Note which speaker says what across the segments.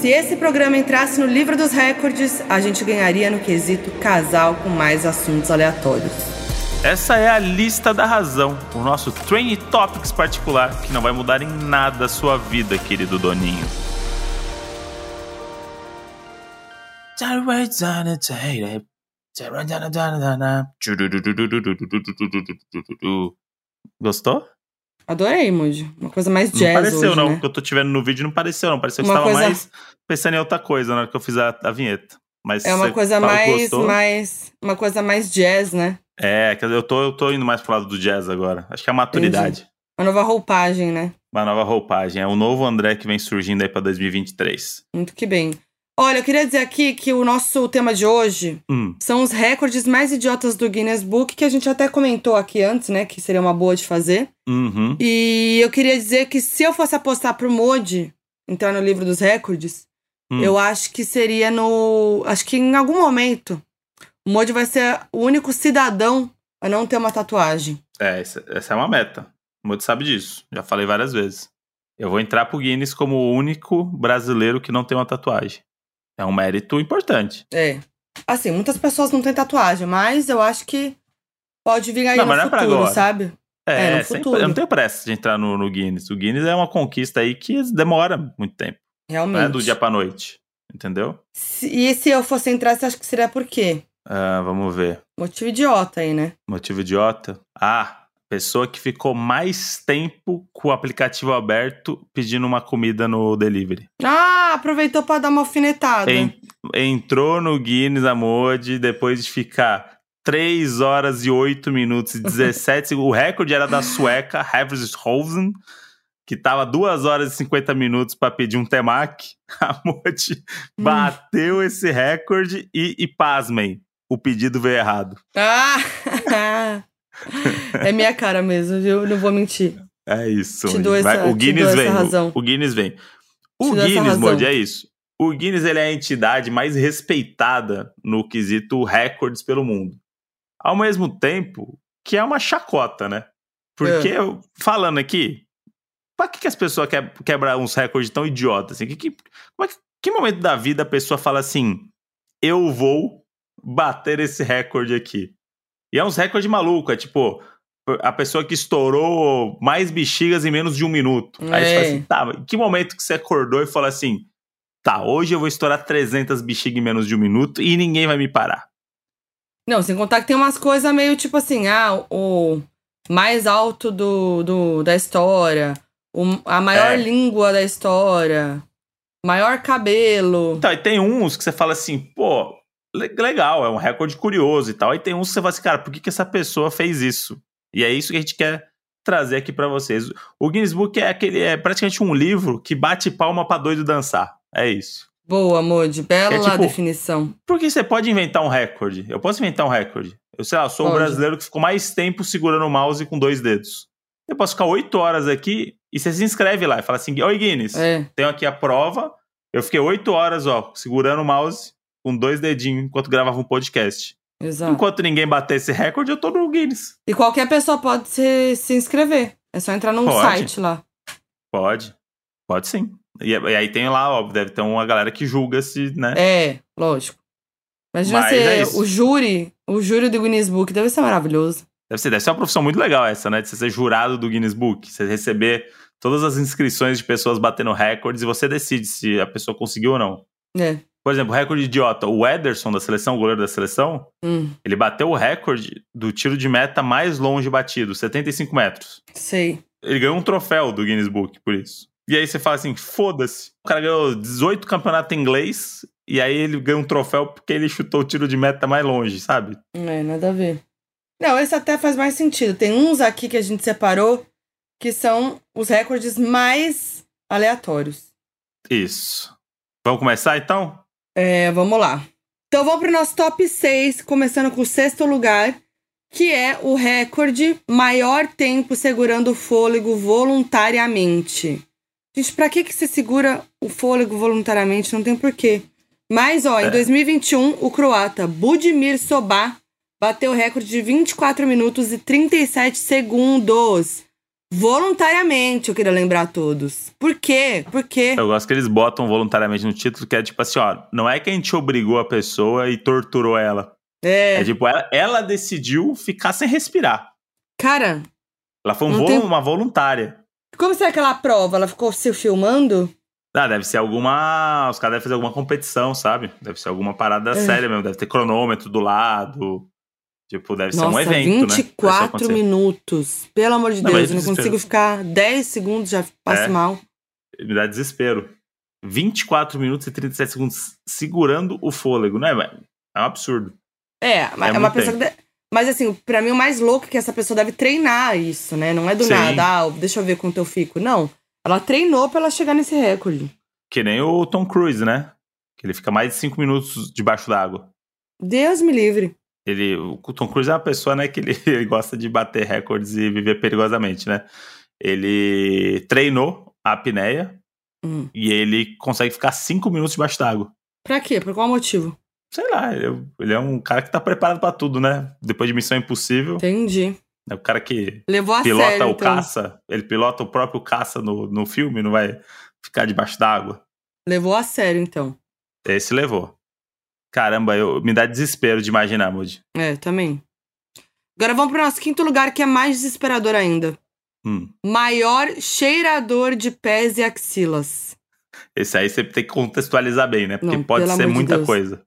Speaker 1: Se esse programa entrasse no livro dos recordes, a gente ganharia no quesito casal com mais assuntos aleatórios.
Speaker 2: Essa é a lista da razão, o nosso Train Topics particular, que não vai mudar em nada a sua vida, querido Doninho. Gostou?
Speaker 1: Adorei, Moody. Uma coisa mais jazz
Speaker 2: Não pareceu,
Speaker 1: hoje,
Speaker 2: não. O
Speaker 1: né?
Speaker 2: que eu tô te vendo no vídeo não pareceu, não. Pareceu que
Speaker 1: Uma
Speaker 2: você tava
Speaker 1: coisa-
Speaker 2: mais pensando em outra coisa na hora que eu fiz a, a vinheta. Mas
Speaker 1: É uma
Speaker 2: você
Speaker 1: coisa
Speaker 2: falou que
Speaker 1: mais,
Speaker 2: gostou.
Speaker 1: mais... Uma coisa mais jazz, né?
Speaker 2: É, quer dizer, eu tô, eu tô indo mais pro lado do jazz agora. Acho que é a maturidade.
Speaker 1: Uma nova roupagem, né?
Speaker 2: Uma nova roupagem. É o novo André que vem surgindo aí pra 2023.
Speaker 1: Muito que bem. Olha, eu queria dizer aqui que o nosso tema de hoje
Speaker 2: Hum.
Speaker 1: são os recordes mais idiotas do Guinness Book, que a gente até comentou aqui antes, né? Que seria uma boa de fazer.
Speaker 2: Uhum.
Speaker 1: E eu queria dizer que se eu fosse apostar pro Modi entrar no livro dos recordes,
Speaker 2: Hum.
Speaker 1: eu acho que seria no. Acho que em algum momento o Modi vai ser o único cidadão a não ter uma tatuagem.
Speaker 2: É, essa, essa é uma meta. O Moody sabe disso. Já falei várias vezes. Eu vou entrar pro Guinness como o único brasileiro que não tem uma tatuagem. É um mérito importante.
Speaker 1: É. Assim, muitas pessoas não têm tatuagem, mas eu acho que pode vir aí
Speaker 2: Não,
Speaker 1: no
Speaker 2: mas não é pra
Speaker 1: futuro,
Speaker 2: agora.
Speaker 1: sabe? É,
Speaker 2: É,
Speaker 1: no
Speaker 2: sem-
Speaker 1: futuro.
Speaker 2: eu não tenho pressa de entrar no, no Guinness. O Guinness é uma conquista aí que demora muito tempo.
Speaker 1: Realmente.
Speaker 2: Não é do dia pra noite. Entendeu?
Speaker 1: Se- e se eu fosse entrar, você acha que seria por quê?
Speaker 2: Ah, vamos ver.
Speaker 1: Motivo idiota aí, né?
Speaker 2: Motivo idiota? Ah, pessoa que ficou mais tempo com o aplicativo aberto pedindo uma comida no delivery.
Speaker 1: Ah, aproveitou pra dar uma alfinetada.
Speaker 2: En- entrou no Guinness Amode depois de ficar 3 horas e 8 minutos e 17 segundos. O recorde era da sueca Havershausen, que tava 2 horas e 50 minutos para pedir um temaki. A Modi
Speaker 1: Hum.
Speaker 2: bateu esse recorde e, e pasmem, o pedido veio errado.
Speaker 1: Ah! é minha cara mesmo, viu? Não vou mentir.
Speaker 2: É isso.
Speaker 1: Te
Speaker 2: Modi.
Speaker 1: dou
Speaker 2: Vai,
Speaker 1: essa-
Speaker 2: o
Speaker 1: te
Speaker 2: Guinness
Speaker 1: dou essa
Speaker 2: vem. o-
Speaker 1: razão.
Speaker 2: O Guinness vem. O
Speaker 1: Te dou essa
Speaker 2: Guinness,
Speaker 1: razão.
Speaker 2: Modi, é isso. O Guinness ele é a entidade mais respeitada no quesito recordes pelo mundo. Ao mesmo tempo que é uma chacota, né? Porque,
Speaker 1: É.
Speaker 2: eu- falando aqui, pra que, que as pessoas que, quebram uns recordes tão idiotas? Assim? Que, que, como é que, que momento da vida a pessoa fala assim, eu vou bater esse recorde aqui? E é uns recordes malucos, é tipo, a pessoa que estourou mais bexigas em menos de um minuto. Aí você
Speaker 1: É.
Speaker 2: fala assim, tá, mas em que momento que você acordou e falou assim, tá, hoje eu vou estourar 300 bexigas em menos de um minuto e ninguém vai me parar.
Speaker 1: Não, sem contar que tem umas coisas meio tipo assim, ah, o mais alto do, do- da história, o- a maior
Speaker 2: É.
Speaker 1: língua da história, maior cabelo.
Speaker 2: Então, e tem uns que você fala assim, pô, le- legal, é um recorde curioso e tal. Aí tem uns que você fala assim, cara, por que, que essa pessoa fez isso? E é isso que a gente quer trazer aqui pra vocês. O Guinness Book é aquele, é praticamente um livro que bate palma pra doido dançar. É isso.
Speaker 1: Boa, Moody, bela
Speaker 2: É tipo-
Speaker 1: definição.
Speaker 2: Porque você pode inventar um recorde. Eu posso inventar um recorde. Eu sei lá, eu sou o
Speaker 1: Pode.
Speaker 2: brasileiro que ficou mais tempo segurando o mouse com dois dedos. Eu posso ficar oito horas aqui e você se inscreve lá e fala assim: Oi, Guinness,
Speaker 1: É.
Speaker 2: tenho aqui a prova. Eu fiquei oito horas, ó, segurando o mouse com dois dedinhos enquanto gravava um podcast.
Speaker 1: Exato.
Speaker 2: Enquanto ninguém bater esse recorde, eu tô no Guinness.
Speaker 1: E qualquer pessoa pode se, se inscrever. É só entrar num
Speaker 2: Pode.
Speaker 1: site lá.
Speaker 2: Pode. Pode sim. E, e aí tem lá, ó, deve ter uma galera que julga se, né?
Speaker 1: É, lógico. Imagina
Speaker 2: Mas
Speaker 1: ser
Speaker 2: é isso.
Speaker 1: o júri, o júri do Guinness Book, deve ser maravilhoso.
Speaker 2: Deve ser, deve ser uma profissão muito legal essa, né? De você ser jurado do Guinness Book. Você receber todas as inscrições de pessoas batendo recordes e você decide se a pessoa conseguiu ou não.
Speaker 1: É.
Speaker 2: Por exemplo, recorde idiota. O Ederson da seleção, o goleiro da seleção,
Speaker 1: Hum,
Speaker 2: ele bateu o recorde do tiro de meta mais longe batido, 75 metros.
Speaker 1: sei.
Speaker 2: Ele ganhou um troféu do Guinness Book por isso. E aí você fala assim, foda-se. O cara ganhou 18 campeonatos inglês e aí ele ganhou um troféu porque ele chutou o tiro de meta mais longe, sabe?
Speaker 1: É, nada a ver. Não, esse até faz mais sentido. Tem uns aqui que a gente separou que são os recordes mais aleatórios.
Speaker 2: Isso. Vamos começar então?
Speaker 1: É, vamos lá. Então vamos pro nosso top 6, começando com o sexto lugar, que é o recorde maior tempo segurando o fôlego voluntariamente. Gente, pra que que você segura o fôlego voluntariamente? Não tem porquê. Mas, ó, em
Speaker 2: É.
Speaker 1: 2021, o croata Budimir Sobá bateu o recorde de 24 minutos e 37 segundos. Voluntariamente, eu queria lembrar a todos. Por quê? Por quê?
Speaker 2: Eu gosto que eles botam voluntariamente no título, que é tipo assim, ó, não é que a gente obrigou a pessoa e torturou ela.
Speaker 1: É.
Speaker 2: É tipo, ela, ela decidiu ficar sem respirar.
Speaker 1: Cara,
Speaker 2: Ela foi um
Speaker 1: Não
Speaker 2: vo-
Speaker 1: tem-
Speaker 2: uma voluntária.
Speaker 1: como será que ela aprova? Ela ficou se filmando?
Speaker 2: Ah, deve ser alguma. Os caras devem fazer alguma competição, sabe? Deve ser alguma
Speaker 1: É.
Speaker 2: parada séria mesmo. Deve ter cronômetro do lado. Tipo, deve ser um
Speaker 1: Nossa,
Speaker 2: evento, né? Deve ser
Speaker 1: 24
Speaker 2: acontecer.
Speaker 1: minutos. Pelo amor de
Speaker 2: Não,
Speaker 1: Deus,
Speaker 2: mas
Speaker 1: eu não
Speaker 2: desespero.
Speaker 1: consigo ficar 10 segundos, já passo
Speaker 2: É.
Speaker 1: mal.
Speaker 2: Me dá desespero. 24 minutos e 37 segundos segurando o fôlego, né, velho? É um absurdo.
Speaker 1: É, mas é, uma
Speaker 2: muito
Speaker 1: pessoa que. de- Mas assim, pra mim o mais louco é que essa pessoa deve treinar isso, né? Não é do
Speaker 2: Sim.
Speaker 1: nada, ah, deixa eu ver quanto eu fico. Não. Ela treinou pra ela chegar nesse recorde.
Speaker 2: Que nem o Tom Cruise, né? Que ele fica mais de 5 minutos debaixo d'água.
Speaker 1: Deus me livre.
Speaker 2: Ele, o Tom Cruise é uma pessoa, né, que ele, ele gosta de bater recordes e viver perigosamente, né? Ele treinou a apneia
Speaker 1: Hum.
Speaker 2: e ele consegue ficar cinco minutos debaixo d'água.
Speaker 1: Pra quê? Por qual motivo?
Speaker 2: Sei lá, ele, é- ele é um cara que tá preparado pra tudo, né? Depois de Missão Impossível,
Speaker 1: Entendi.
Speaker 2: é o cara que
Speaker 1: Levou a
Speaker 2: pilota
Speaker 1: sério.
Speaker 2: o
Speaker 1: então.
Speaker 2: caça, ele pilota o próprio caça no, no filme, não vai ficar debaixo d'água.
Speaker 1: Levou a sério, então.
Speaker 2: Esse levou. Caramba, eu, me dá desespero de imaginar, Moody.
Speaker 1: É, também. Agora vamos pro nosso quinto lugar, que é mais desesperador ainda.
Speaker 2: Hum,
Speaker 1: Maior cheirador de pés e axilas.
Speaker 2: esse aí você tem que contextualizar bem, né? Porque
Speaker 1: Não,
Speaker 2: pode
Speaker 1: pelo
Speaker 2: ser
Speaker 1: amor de
Speaker 2: muita
Speaker 1: Deus.
Speaker 2: coisa.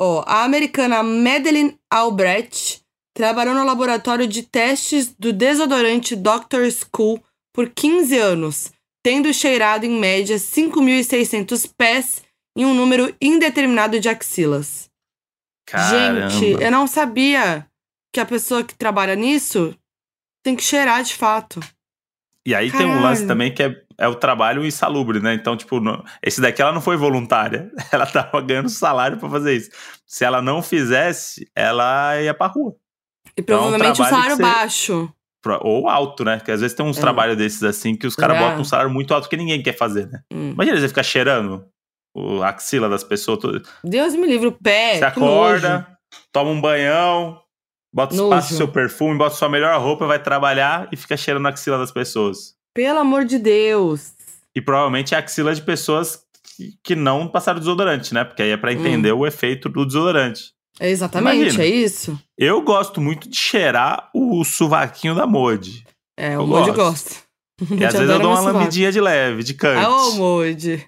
Speaker 1: Ó, a americana Madeleine Albrecht trabalhou no laboratório de testes do desodorante Dr. School por 15 anos, tendo cheirado em média 5.600 pés e um número indeterminado de axilas.
Speaker 2: Caramba.
Speaker 1: Gente, eu não sabia que a pessoa que trabalha nisso tem que cheirar de fato.
Speaker 2: E aí tem um lance
Speaker 1: Caralho.
Speaker 2: também que é, é o trabalho insalubre, né? Então, tipo, não- esse daqui ela não foi voluntária. Ela tava ganhando salário pra fazer isso. Se ela não fizesse, ela ia pra rua.
Speaker 1: E provavelmente um
Speaker 2: Então, é trabalho
Speaker 1: salário
Speaker 2: que você-
Speaker 1: baixo.
Speaker 2: Pra- Ou alto, né? Porque às vezes tem uns
Speaker 1: É.
Speaker 2: trabalhos desses assim que os caras
Speaker 1: É.
Speaker 2: botam um salário muito alto que ninguém quer fazer, né?
Speaker 1: Hum.
Speaker 2: Imagina você ficar cheirando o a axila das pessoas. tudo.
Speaker 1: Deus me livre, o pé.
Speaker 2: você
Speaker 1: É, que nojo.
Speaker 2: acorda, toma um banhão, bota,
Speaker 1: Nojo.
Speaker 2: passa o seu perfume, bota sua melhor roupa, vai trabalhar e fica cheirando a axila das pessoas.
Speaker 1: Pelo amor de Deus.
Speaker 2: E provavelmente é a axila de pessoas que, que não passaram desodorante, né? Porque aí é
Speaker 1: Hum.
Speaker 2: pra entender o efeito do desodorante.
Speaker 1: É exatamente,
Speaker 2: Imagina.
Speaker 1: é isso?
Speaker 2: Eu gosto muito de cheirar o sovaquinho da Modi.
Speaker 1: É,
Speaker 2: Eu
Speaker 1: o Moody
Speaker 2: gosto.
Speaker 1: gosta.
Speaker 2: E às vezes eu dou uma lambidinha de leve, de cante.
Speaker 1: Ah, ô, Moody.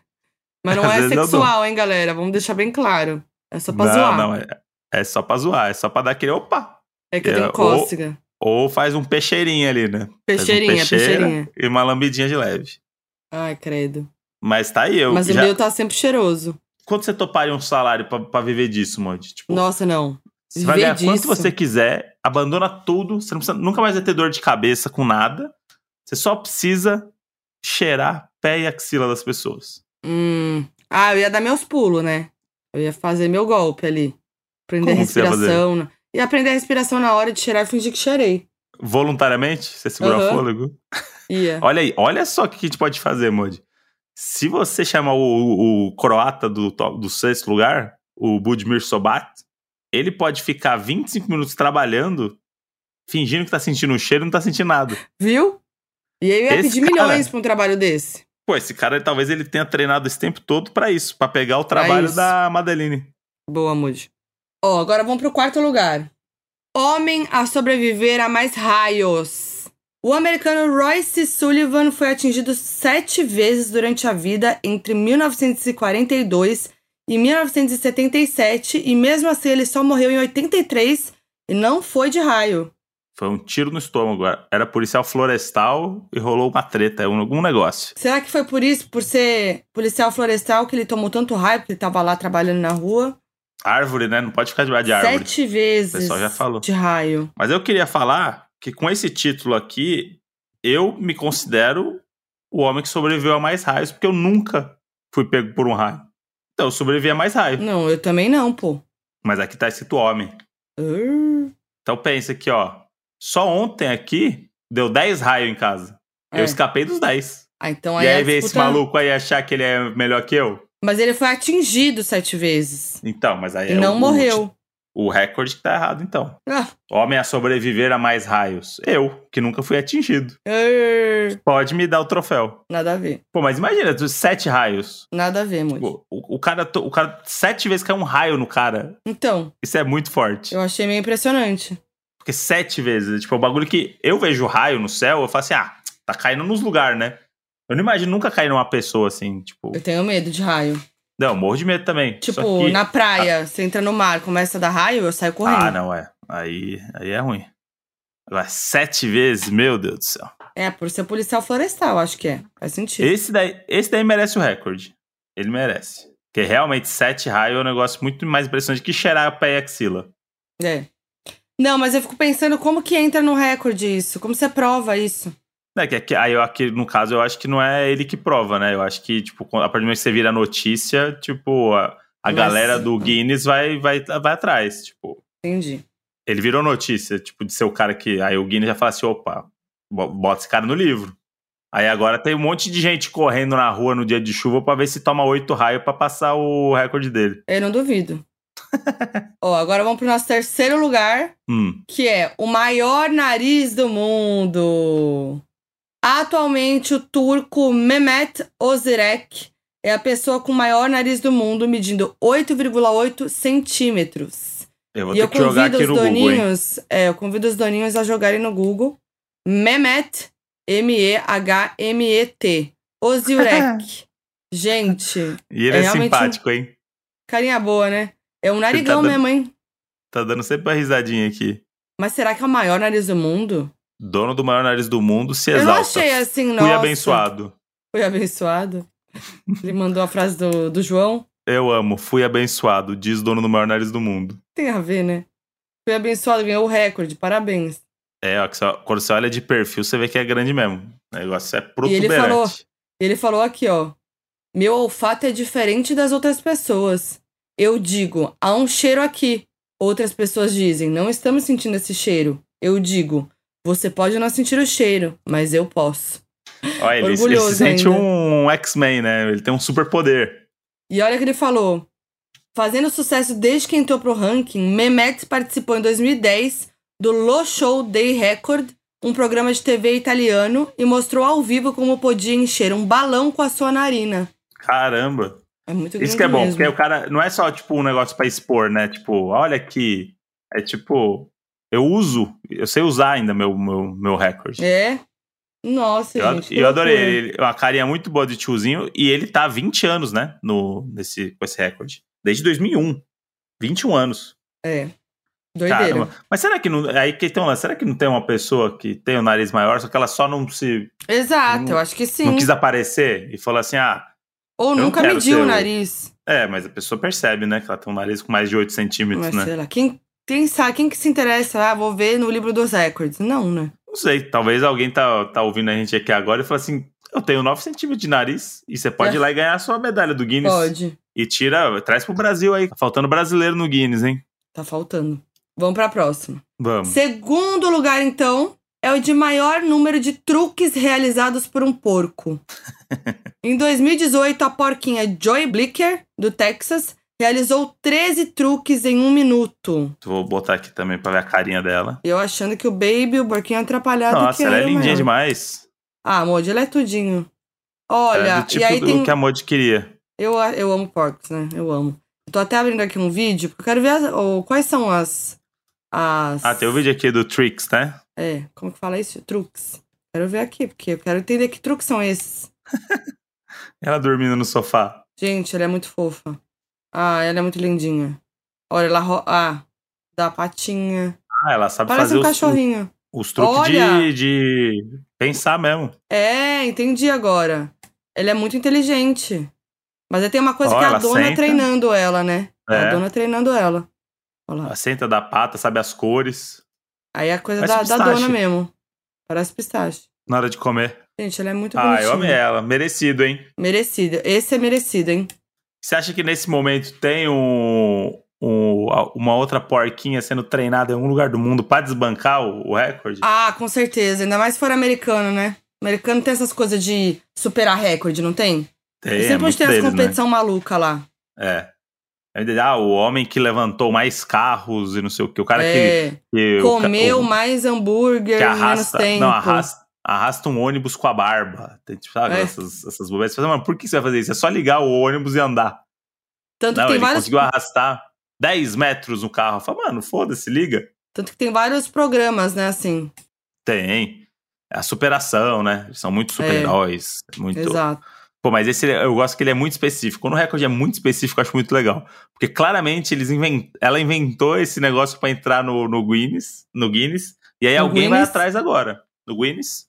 Speaker 1: Mas não
Speaker 2: Às
Speaker 1: é
Speaker 2: vezes eu dou.
Speaker 1: sexual, hein, galera? Vamos deixar bem claro. É só pra
Speaker 2: não,
Speaker 1: zoar.
Speaker 2: não, é, é só pra zoar, é só pra dar aquele opa.
Speaker 1: é que eu
Speaker 2: é,
Speaker 1: tenho
Speaker 2: ou-
Speaker 1: cócega.
Speaker 2: Ou faz um peixeirinho ali, né?
Speaker 1: Peixeirinha,
Speaker 2: faz um peixeira.
Speaker 1: peixeirinha.
Speaker 2: E uma lambidinha de leve.
Speaker 1: Ai, credo.
Speaker 2: Mas tá aí, eu.
Speaker 1: Mas
Speaker 2: já-
Speaker 1: o meu tá sempre cheiroso.
Speaker 2: Quanto você toparia um salário pra, pra viver disso, Modi? Tipo,
Speaker 1: Nossa, não.
Speaker 2: Você vai
Speaker 1: Viver
Speaker 2: ganhar quanto
Speaker 1: disso.
Speaker 2: você quiser, abandona tudo, você não precisa, nunca mais vai ter dor de cabeça com nada. Você só precisa cheirar pé e axila das pessoas.
Speaker 1: Hum. Ah, eu ia dar meus pulos, né? Eu ia fazer meu golpe ali. Aprender
Speaker 2: Como que você ia fazer?
Speaker 1: respiração. na- Ia aprender a respiração na hora de cheirar e fingir que cheirei.
Speaker 2: Voluntariamente, você segura
Speaker 1: Aham.
Speaker 2: o fôlego.
Speaker 1: Ia.
Speaker 2: Olha aí, olha só o que a gente pode fazer, Modi. Se você chamar o, o- o croata do, to- do sexto lugar, o Budimir Sobat, ele pode ficar 25 minutos trabalhando, fingindo que tá sentindo um cheiro e não tá sentindo nada.
Speaker 1: Viu? E aí eu ia
Speaker 2: Esse
Speaker 1: pedir
Speaker 2: cara-
Speaker 1: milhões pra um trabalho desse.
Speaker 2: Pô, esse cara talvez ele tenha treinado esse tempo todo pra isso, pra pegar o trabalho
Speaker 1: isso.
Speaker 2: da Madeline.
Speaker 1: Boa, Moody. Ó, agora vamos pro quarto lugar. Homem a sobreviver a mais raios. O americano Royce Sullivan foi atingido sete vezes durante a vida entre 1942 e 1977 e mesmo assim ele só morreu em 83 e não foi de raio.
Speaker 2: Foi um tiro no estômago. Era policial florestal e rolou uma treta, um- algum negócio.
Speaker 1: Será que foi por isso, por ser policial florestal, que ele tomou tanto raio porque ele tava lá trabalhando na rua?
Speaker 2: Árvore, né? Não pode ficar debaixo de árvore.
Speaker 1: Sete vezes.
Speaker 2: pessoal já falou.
Speaker 1: De raio.
Speaker 2: Mas eu queria falar que com esse título aqui, eu me considero o homem que sobreviveu a mais raios, porque eu nunca fui pego por um raio. Então, eu sobrevivi a mais raio.
Speaker 1: Não, eu também não, pô.
Speaker 2: Mas aqui tá escrito homem.
Speaker 1: Ah.
Speaker 2: Então pensa aqui, ó. Só ontem aqui deu 10 raios em casa. Eu
Speaker 1: É.
Speaker 2: escapei dos 10.
Speaker 1: Ah, então
Speaker 2: E
Speaker 1: aí,
Speaker 2: aí
Speaker 1: a
Speaker 2: vem esse
Speaker 1: disputa-
Speaker 2: maluco aí achar que ele é melhor que eu?
Speaker 1: Mas ele foi atingido sete vezes.
Speaker 2: Então, mas aí
Speaker 1: e
Speaker 2: é
Speaker 1: não
Speaker 2: o-
Speaker 1: morreu.
Speaker 2: O recorde que tá errado, então.
Speaker 1: Ah.
Speaker 2: Homem a sobreviver a mais raios. Eu, que nunca fui atingido.
Speaker 1: Err,
Speaker 2: Pode me dar o troféu.
Speaker 1: Nada a ver.
Speaker 2: Pô, mas imagina, tu- sete raios.
Speaker 1: Nada a ver, Moody.
Speaker 2: Pô, o, o cara, to- o cara, sete vezes caiu um raio no cara.
Speaker 1: Então,
Speaker 2: Isso é muito forte.
Speaker 1: eu achei meio impressionante.
Speaker 2: Porque sete vezes, tipo, é um bagulho que eu vejo raio no céu, eu falo assim, ah, tá caindo nos lugares, né? Eu não imagino nunca cair numa pessoa assim, tipo.
Speaker 1: Eu tenho medo de raio.
Speaker 2: Não, morro de medo também.
Speaker 1: Tipo,
Speaker 2: Só que-
Speaker 1: na praia, você entra no mar, começa a dar raio, eu saio
Speaker 2: Ah,
Speaker 1: correndo.
Speaker 2: não, é. Aí, aí é ruim. Agora, sete vezes, meu Deus do céu.
Speaker 1: é, por ser policial florestal, acho que é. Faz sentido.
Speaker 2: Esse daí, esse daí merece o recorde. Ele merece. Porque realmente, sete raios é um negócio muito mais impressionante que cheirar pé e axila.
Speaker 1: É. Não, mas eu fico pensando como que entra no recorde isso? Como você prova isso?
Speaker 2: É, que, que- aí eu, aqui, no caso, eu acho que não é ele que prova, né? Eu acho que, tipo, quando- a partir do momento que você vira a notícia, tipo, a, a
Speaker 1: Mas-
Speaker 2: galera do Guinness vai, vai, vai atrás. Tipo,
Speaker 1: Entendi.
Speaker 2: ele virou notícia, tipo, de ser o cara que. Aí o Guinness já fala assim: opa, bo- bota esse cara no livro. Aí agora tem um monte de gente correndo na rua no dia de chuva pra ver se toma oito raios pra passar o recorde dele.
Speaker 1: Eu não duvido. Ó, agora vamos pro nosso terceiro lugar,
Speaker 2: Hum.
Speaker 1: que é o maior nariz do mundo. Atualmente, o turco Mehmet Ozirek é a pessoa com o maior nariz do mundo, medindo 8,8 centímetros.
Speaker 2: Eu vou
Speaker 1: E
Speaker 2: ter
Speaker 1: eu
Speaker 2: que jogar
Speaker 1: convido
Speaker 2: aqui
Speaker 1: os
Speaker 2: no Google, hein?
Speaker 1: doninhos, é, eu convido os doninhos a jogarem no Google. Mehmet, M-E-H-M-E-T. Ozurek. Gente,
Speaker 2: E ele
Speaker 1: É
Speaker 2: é,
Speaker 1: realmente
Speaker 2: simpático, hein?
Speaker 1: carinha boa, né? É um narigão
Speaker 2: dando-
Speaker 1: mesmo, hein?
Speaker 2: Tá dando sempre uma risadinha aqui.
Speaker 1: Mas será que é o maior nariz do mundo?
Speaker 2: Dono do maior nariz do mundo se
Speaker 1: Eu não
Speaker 2: exalta.
Speaker 1: achei assim, não.
Speaker 2: Fui abençoado.
Speaker 1: Fui abençoado. Ele mandou a frase do, do João.
Speaker 2: Eu amo, fui abençoado, diz dono do maior nariz do mundo.
Speaker 1: Tem a ver, né? Fui abençoado, ganhou o recorde, parabéns.
Speaker 2: É, ó, que só- quando você olha de perfil, você vê que é grande mesmo. O negócio é
Speaker 1: E
Speaker 2: protuberante.
Speaker 1: ele falou- E ele falou aqui, ó. Meu olfato é diferente das outras pessoas. Eu digo, há um cheiro aqui. Outras pessoas dizem, não estamos sentindo esse cheiro. Eu digo, você pode não sentir o cheiro, mas eu posso.
Speaker 2: Olha, ele, ele se
Speaker 1: Orgulhoso
Speaker 2: sente
Speaker 1: ainda.
Speaker 2: um X-Men, né? Ele tem um superpoder.
Speaker 1: E olha o que ele falou. Fazendo sucesso desde que entrou pro ranking, Mehmet participou em 2010 do Lo Show Day Record, um programa de TV italiano, e mostrou ao vivo como podia encher um balão com a sua narina.
Speaker 2: Caramba.
Speaker 1: É muito grande
Speaker 2: Isso que é bom,
Speaker 1: mesmo.
Speaker 2: porque o cara não é só tipo um negócio pra expor, né? Tipo, olha aqui. É tipo, eu uso, eu sei usar ainda meu, meu, meu recorde.
Speaker 1: É? Nossa,
Speaker 2: Eu,
Speaker 1: gente. que
Speaker 2: eu adorei.
Speaker 1: loucura.
Speaker 2: Ele, uma carinha muito boa de tiozinho. E ele tá há 20 anos, né? No, nesse, com esse recorde. Desde 2001. 21 anos.
Speaker 1: É. Doideira.
Speaker 2: Caramba. Mas será que não. Aí que tem um lance. Será que não tem uma pessoa que tem o nariz maior, só que ela só não se.
Speaker 1: Exato,
Speaker 2: Não-
Speaker 1: eu acho que sim.
Speaker 2: não quis aparecer e falou assim: ah,
Speaker 1: Ou
Speaker 2: não
Speaker 1: nunca
Speaker 2: quero
Speaker 1: mediu
Speaker 2: ser
Speaker 1: o
Speaker 2: o-
Speaker 1: nariz.
Speaker 2: é, mas a pessoa percebe, né? Que ela tem um nariz com mais de 8 centímetros,
Speaker 1: Mas é.
Speaker 2: né?
Speaker 1: sei lá, quem, quem sabe, quem que se interessa? Ah, vou ver no livro dos recordes. Não, né?
Speaker 2: Não sei. Talvez alguém tá, tá ouvindo a gente aqui agora e fala assim. Eu tenho 9 centímetros de nariz e você pode
Speaker 1: É.
Speaker 2: ir lá e ganhar a sua medalha do Guinness.
Speaker 1: Pode.
Speaker 2: E tira, traz pro Brasil aí. Tá faltando brasileiro no Guinness, hein?
Speaker 1: Tá faltando. Vamos pra próxima.
Speaker 2: Vamos.
Speaker 1: Segundo lugar, então, é o de maior número de truques realizados por um porco. em 2018, a porquinha Joy Blicker, do Texas, realizou 13 truques em um minuto.
Speaker 2: Vou botar aqui também pra ver a carinha dela.
Speaker 1: Eu achando que o Baby, o Borquinho atrapalhado
Speaker 2: Nossa,
Speaker 1: que
Speaker 2: ela é
Speaker 1: era,
Speaker 2: lindinha
Speaker 1: mano.
Speaker 2: demais.
Speaker 1: Ah, Moody, ela é tudinho.
Speaker 2: Ela é
Speaker 1: Olha,
Speaker 2: do tipo
Speaker 1: e aí
Speaker 2: do
Speaker 1: tem...
Speaker 2: que a Mod queria.
Speaker 1: Eu, a- eu amo porcos, né? Eu amo. Eu tô até abrindo aqui um vídeo, porque eu quero ver as- o- quais são as... as...
Speaker 2: Ah, tem o vídeo aqui do Trix, né?
Speaker 1: É, como que fala isso? Truques. Quero ver aqui, porque eu quero entender que truques são esses.
Speaker 2: Ela dormindo no sofá.
Speaker 1: Gente, ela é muito fofa. Ah, ela é muito lindinha. Olha, ela... Ro... Ah, dá a patinha.
Speaker 2: Ah, ela sabe
Speaker 1: Parece
Speaker 2: fazer
Speaker 1: um
Speaker 2: os,
Speaker 1: cachorrinho.
Speaker 2: os truques
Speaker 1: Olha!
Speaker 2: de, de pensar mesmo.
Speaker 1: É, entendi agora. Ela é muito inteligente. Mas aí tem uma coisa
Speaker 2: Ó,
Speaker 1: que a
Speaker 2: ela
Speaker 1: dona
Speaker 2: senta.
Speaker 1: treinando ela, né? A
Speaker 2: É.
Speaker 1: dona treinando ela. Olha lá.
Speaker 2: Ela senta da pata, sabe as cores.
Speaker 1: Aí é a coisa da,
Speaker 2: Parece
Speaker 1: da dona
Speaker 2: pistache.
Speaker 1: mesmo. Parece pistache.
Speaker 2: Na hora de comer.
Speaker 1: Gente, ela é muito
Speaker 2: Ah, eu amei
Speaker 1: bonitinha.
Speaker 2: ela. Merecido, hein?
Speaker 1: Merecida. Esse é merecido, hein?
Speaker 2: Você acha que nesse momento tem um, um- uma outra porquinha sendo treinada em algum lugar do mundo pra desbancar o, o recorde?
Speaker 1: Ah, com certeza. Ainda mais se for americano, né? Americano tem essas coisas de superar recorde, não tem?
Speaker 2: tem, é
Speaker 1: Sempre
Speaker 2: muito
Speaker 1: tem as
Speaker 2: deles, né?
Speaker 1: competição maluca lá.
Speaker 2: É. Ah, o homem que levantou mais carros e não sei o que. O cara
Speaker 1: É.
Speaker 2: que, que. o ca-
Speaker 1: Comeu
Speaker 2: o-
Speaker 1: mais hambúrguer
Speaker 2: que
Speaker 1: em menos
Speaker 2: arrasta,
Speaker 1: tempo.
Speaker 2: não, arrasta, arrasta um ônibus com a barba. Tem, Tipo, sabe,
Speaker 1: É.
Speaker 2: essas, essas bobeiras. Você fala, mano, por que você vai fazer isso? É só ligar o ônibus e andar.
Speaker 1: Tanto
Speaker 2: não,
Speaker 1: que tem
Speaker 2: ele
Speaker 1: vários
Speaker 2: conseguiu arrastar 10 metros no carro. Fala, mano, foda-se, liga.
Speaker 1: Tanto que tem vários programas, né, assim.
Speaker 2: Tem. É a superação, né? São muitos super-heróis. Muito.
Speaker 1: É. Exato.
Speaker 2: Pô, mas esse eu gosto que ele é muito específico. Quando o recorde é muito específico, eu acho muito legal. Porque claramente eles inven- ela inventou esse negócio pra entrar no, no Guinness, no Guinness, e aí
Speaker 1: No
Speaker 2: alguém vai
Speaker 1: Guinness?
Speaker 2: atrás agora. No Guinness?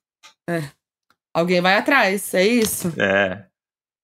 Speaker 1: Alguém vai atrás, é isso.
Speaker 2: É.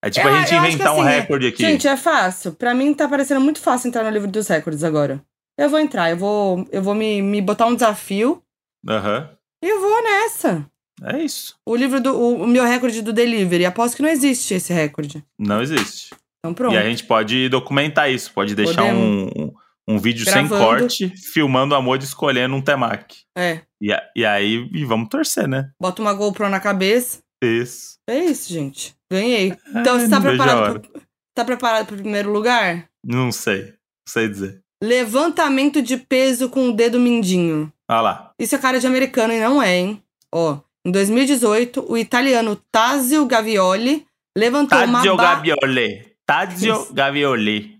Speaker 2: É tipo
Speaker 1: Eu-
Speaker 2: a gente
Speaker 1: eu acho
Speaker 2: inventar
Speaker 1: que
Speaker 2: um
Speaker 1: assim, é-
Speaker 2: recorde aqui.
Speaker 1: Gente, é fácil. Pra mim tá parecendo muito fácil entrar no livro dos recordes agora. Eu vou entrar, eu vou, eu vou me, me botar um desafio
Speaker 2: Aham.
Speaker 1: e eu vou nessa.
Speaker 2: É isso.
Speaker 1: O livro do o, o meu recorde do delivery, aposto que não existe esse recorde.
Speaker 2: Não existe.
Speaker 1: Então pronto.
Speaker 2: E a gente pode documentar isso, pode deixar um, um, um vídeo sem
Speaker 1: Gravando.
Speaker 2: corte, filmando a Mod escolhendo um temac.
Speaker 1: É,
Speaker 2: E, a- e aí, e vamos torcer, né?
Speaker 1: bota uma GoPro na cabeça.
Speaker 2: Isso.
Speaker 1: É isso, gente. Ganhei. Então
Speaker 2: Ai,
Speaker 1: você tá
Speaker 2: não vejo É, a hora.
Speaker 1: preparado pro, tá preparado pro primeiro lugar?
Speaker 2: Não sei. Não sei dizer.
Speaker 1: Levantamento de peso com o dedo mindinho.
Speaker 2: Olha lá.
Speaker 1: Isso é cara de americano e não é, hein? Ó, em 2018, o italiano Tazio Gavioli levantou
Speaker 2: Tazio
Speaker 1: uma ba-
Speaker 2: Gavioli. Tazio
Speaker 1: Isso.
Speaker 2: Gavioli.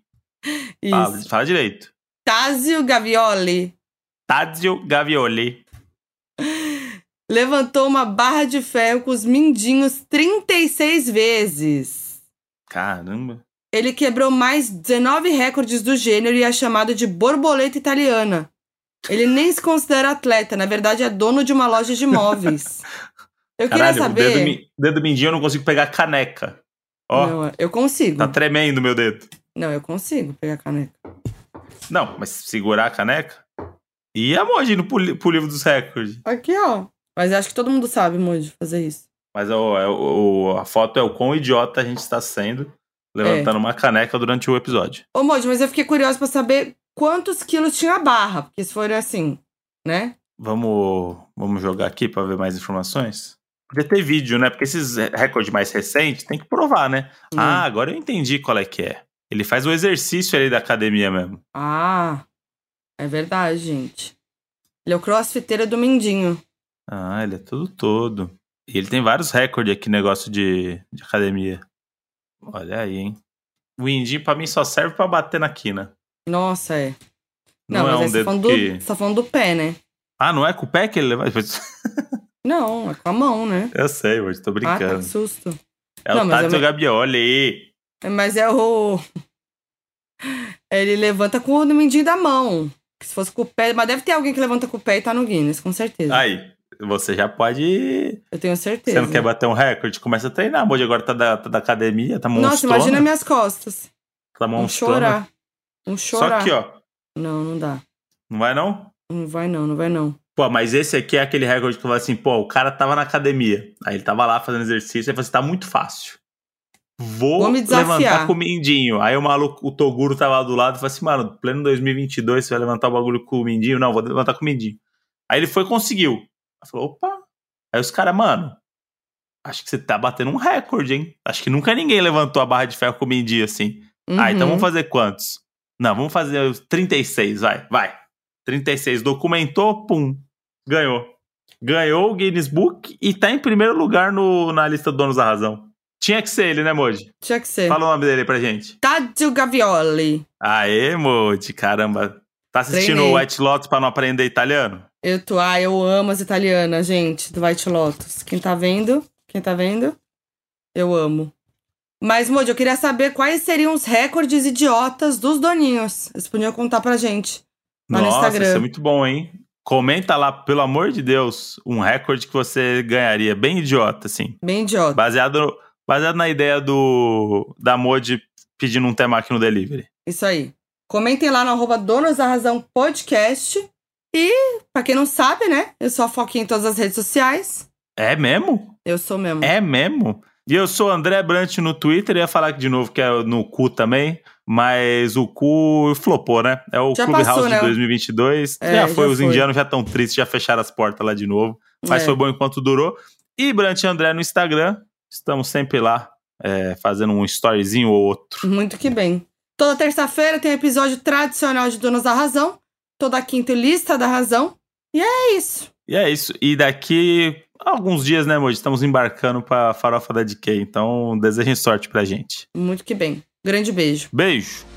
Speaker 2: Fala,
Speaker 1: Isso.
Speaker 2: fala direito.
Speaker 1: Tazio Gavioli
Speaker 2: Tazio Gavioli.
Speaker 1: levantou uma barra de ferro com os mindinhos 36 vezes.
Speaker 2: Caramba.
Speaker 1: Ele quebrou mais 19 recordes do gênero e é chamado de borboleta italiana. Ele nem se considera atleta, na verdade é dono de uma loja de móveis. Eu
Speaker 2: Caralho,
Speaker 1: queria
Speaker 2: o
Speaker 1: saber.
Speaker 2: dedo, mi- dedo mindinho eu não consigo pegar caneca. Ó,
Speaker 1: Não, eu consigo.
Speaker 2: tá tremendo meu dedo.
Speaker 1: Não, eu consigo pegar a caneta.
Speaker 2: Não, mas segurar a caneca? E a Moji indo pro, li- pro livro dos recordes.
Speaker 1: Aqui, ó. Mas acho que todo mundo sabe, Moji, fazer isso.
Speaker 2: Mas ó, é o- o- a foto é o quão idiota a gente está sendo
Speaker 1: É.
Speaker 2: levantando uma caneca durante o episódio.
Speaker 1: Ô, Moji, mas eu fiquei curiosa pra saber quantos quilos tinha a barra. Porque se for assim, né?
Speaker 2: Vamos, vamos jogar aqui pra ver mais informações? Podia ter vídeo, né? Porque esses recordes mais recentes tem que provar, né?
Speaker 1: Hum.
Speaker 2: Ah, agora eu entendi qual é que é. Ele faz o exercício ali da academia mesmo.
Speaker 1: Ah, é verdade, gente. Ele é o crossfiteiro do Mindinho.
Speaker 2: Ah, ele é todo todo. E ele tem vários recordes aqui, negócio de, de academia. Olha aí, hein? O indinho pra mim só serve pra bater na quina.
Speaker 1: Nossa, é.
Speaker 2: Não,
Speaker 1: mas aí
Speaker 2: é um
Speaker 1: você tá
Speaker 2: dedo
Speaker 1: falando, do,
Speaker 2: que...
Speaker 1: você tá falando do pé, né?
Speaker 2: Ah, não é com o pé que ele leva?
Speaker 1: Não, é com a mão, né?
Speaker 2: Eu sei, hoje tô
Speaker 1: Ah, tá, que
Speaker 2: brincando.
Speaker 1: susto.
Speaker 2: É
Speaker 1: Não,
Speaker 2: o
Speaker 1: mas eu
Speaker 2: Tátio
Speaker 1: me-
Speaker 2: Gabioli.
Speaker 1: Mas é o. Ele levanta com o mindinho da mão. Que se fosse com o pé. Mas deve ter alguém que levanta com o pé e tá no Guinness, com certeza.
Speaker 2: Aí, você já pode
Speaker 1: Eu tenho
Speaker 2: Você
Speaker 1: certeza.
Speaker 2: não quer bater um recorde? Começa a treinar. Hoje agora tá da, tá da academia, tá monstrona.
Speaker 1: Nossa, imagina minhas costas.
Speaker 2: Tá
Speaker 1: Um
Speaker 2: monstrona.
Speaker 1: chorar. Um
Speaker 2: Só
Speaker 1: chorar.
Speaker 2: que, ó.
Speaker 1: Não, não dá.
Speaker 2: Não vai não?
Speaker 1: Não vai não, não vai não.
Speaker 2: Pô, mas esse aqui é aquele recorde que fala assim, pô, o cara tava na academia. Aí ele tava lá fazendo exercício. Aí falou assim, tá muito fácil. Vou,
Speaker 1: Vou me desafiar.
Speaker 2: levantar com o mindinho. Aí o maluco, o Toguro tava lá do lado e falou assim, mano, pleno 2022, você vai levantar o bagulho com o mindinho? Não, vou levantar com o mindinho. Aí ele foi e conseguiu. Aí falou, opa. Aí os caras, mano, acho que você tá batendo um recorde, hein? Acho que nunca ninguém levantou a barra de ferro com o mindinho assim. Ah, então
Speaker 1: Uhum.
Speaker 2: vamos fazer quantos? Não, vamos fazer os 36, vai, vai. 36, documentou, pum, ganhou. Ganhou o Guinness Book e tá em primeiro lugar no, na lista do Donos da Razão. Tinha que ser ele, né, Moji?
Speaker 1: Tinha que ser.
Speaker 2: Fala o nome dele pra gente.
Speaker 1: Tadeu Gavioli.
Speaker 2: Aê, Moji, caramba. Tá assistindo
Speaker 1: Treinei.
Speaker 2: o White Lotus pra não aprender italiano?
Speaker 1: Eu tô, ah, eu amo as italianas, gente, do White Lotus. Quem tá vendo? Quem tá vendo? Eu amo. Mas, Moody, eu queria saber quais seriam os recordes idiotas dos doninhos. Eles podiam contar pra gente. Lá no
Speaker 2: Nossa,
Speaker 1: Instagram.
Speaker 2: isso é muito bom, hein? Comenta lá, pelo amor de Deus, um recorde que você ganharia. Bem idiota, assim.
Speaker 1: Bem idiota.
Speaker 2: Baseado, baseado na ideia do da Modi pedindo um tema aqui no delivery.
Speaker 1: Isso aí. Comentem lá no arroba Donos da Razão Podcast. E, pra quem não sabe, né? Eu sou a Foquinha em todas as redes sociais.
Speaker 2: É mesmo?
Speaker 1: Eu sou mesmo.
Speaker 2: É mesmo? E eu sou André Brant no Twitter, ia falar aqui de novo que é no cu também, mas o cu flopou, né? É o
Speaker 1: Já
Speaker 2: Clube
Speaker 1: passou,
Speaker 2: House
Speaker 1: né?
Speaker 2: de 2022.
Speaker 1: É,
Speaker 2: já foi,
Speaker 1: já
Speaker 2: os
Speaker 1: foi.
Speaker 2: indianos já estão tristes, já fecharam as portas lá de novo, mas
Speaker 1: É.
Speaker 2: foi bom enquanto durou. E Brant e André no Instagram, estamos sempre lá é, fazendo um storyzinho ou outro.
Speaker 1: Muito que bem. Toda terça-feira tem o episódio tradicional de Donos da Razão. Toda quinta, Lista da Razão. E é isso.
Speaker 2: E é isso. E daqui alguns dias, né, Moji? Estamos embarcando pra farofa da DK. Então, desejem sorte pra gente.
Speaker 1: Muito que bem. Grande beijo.
Speaker 2: Beijo.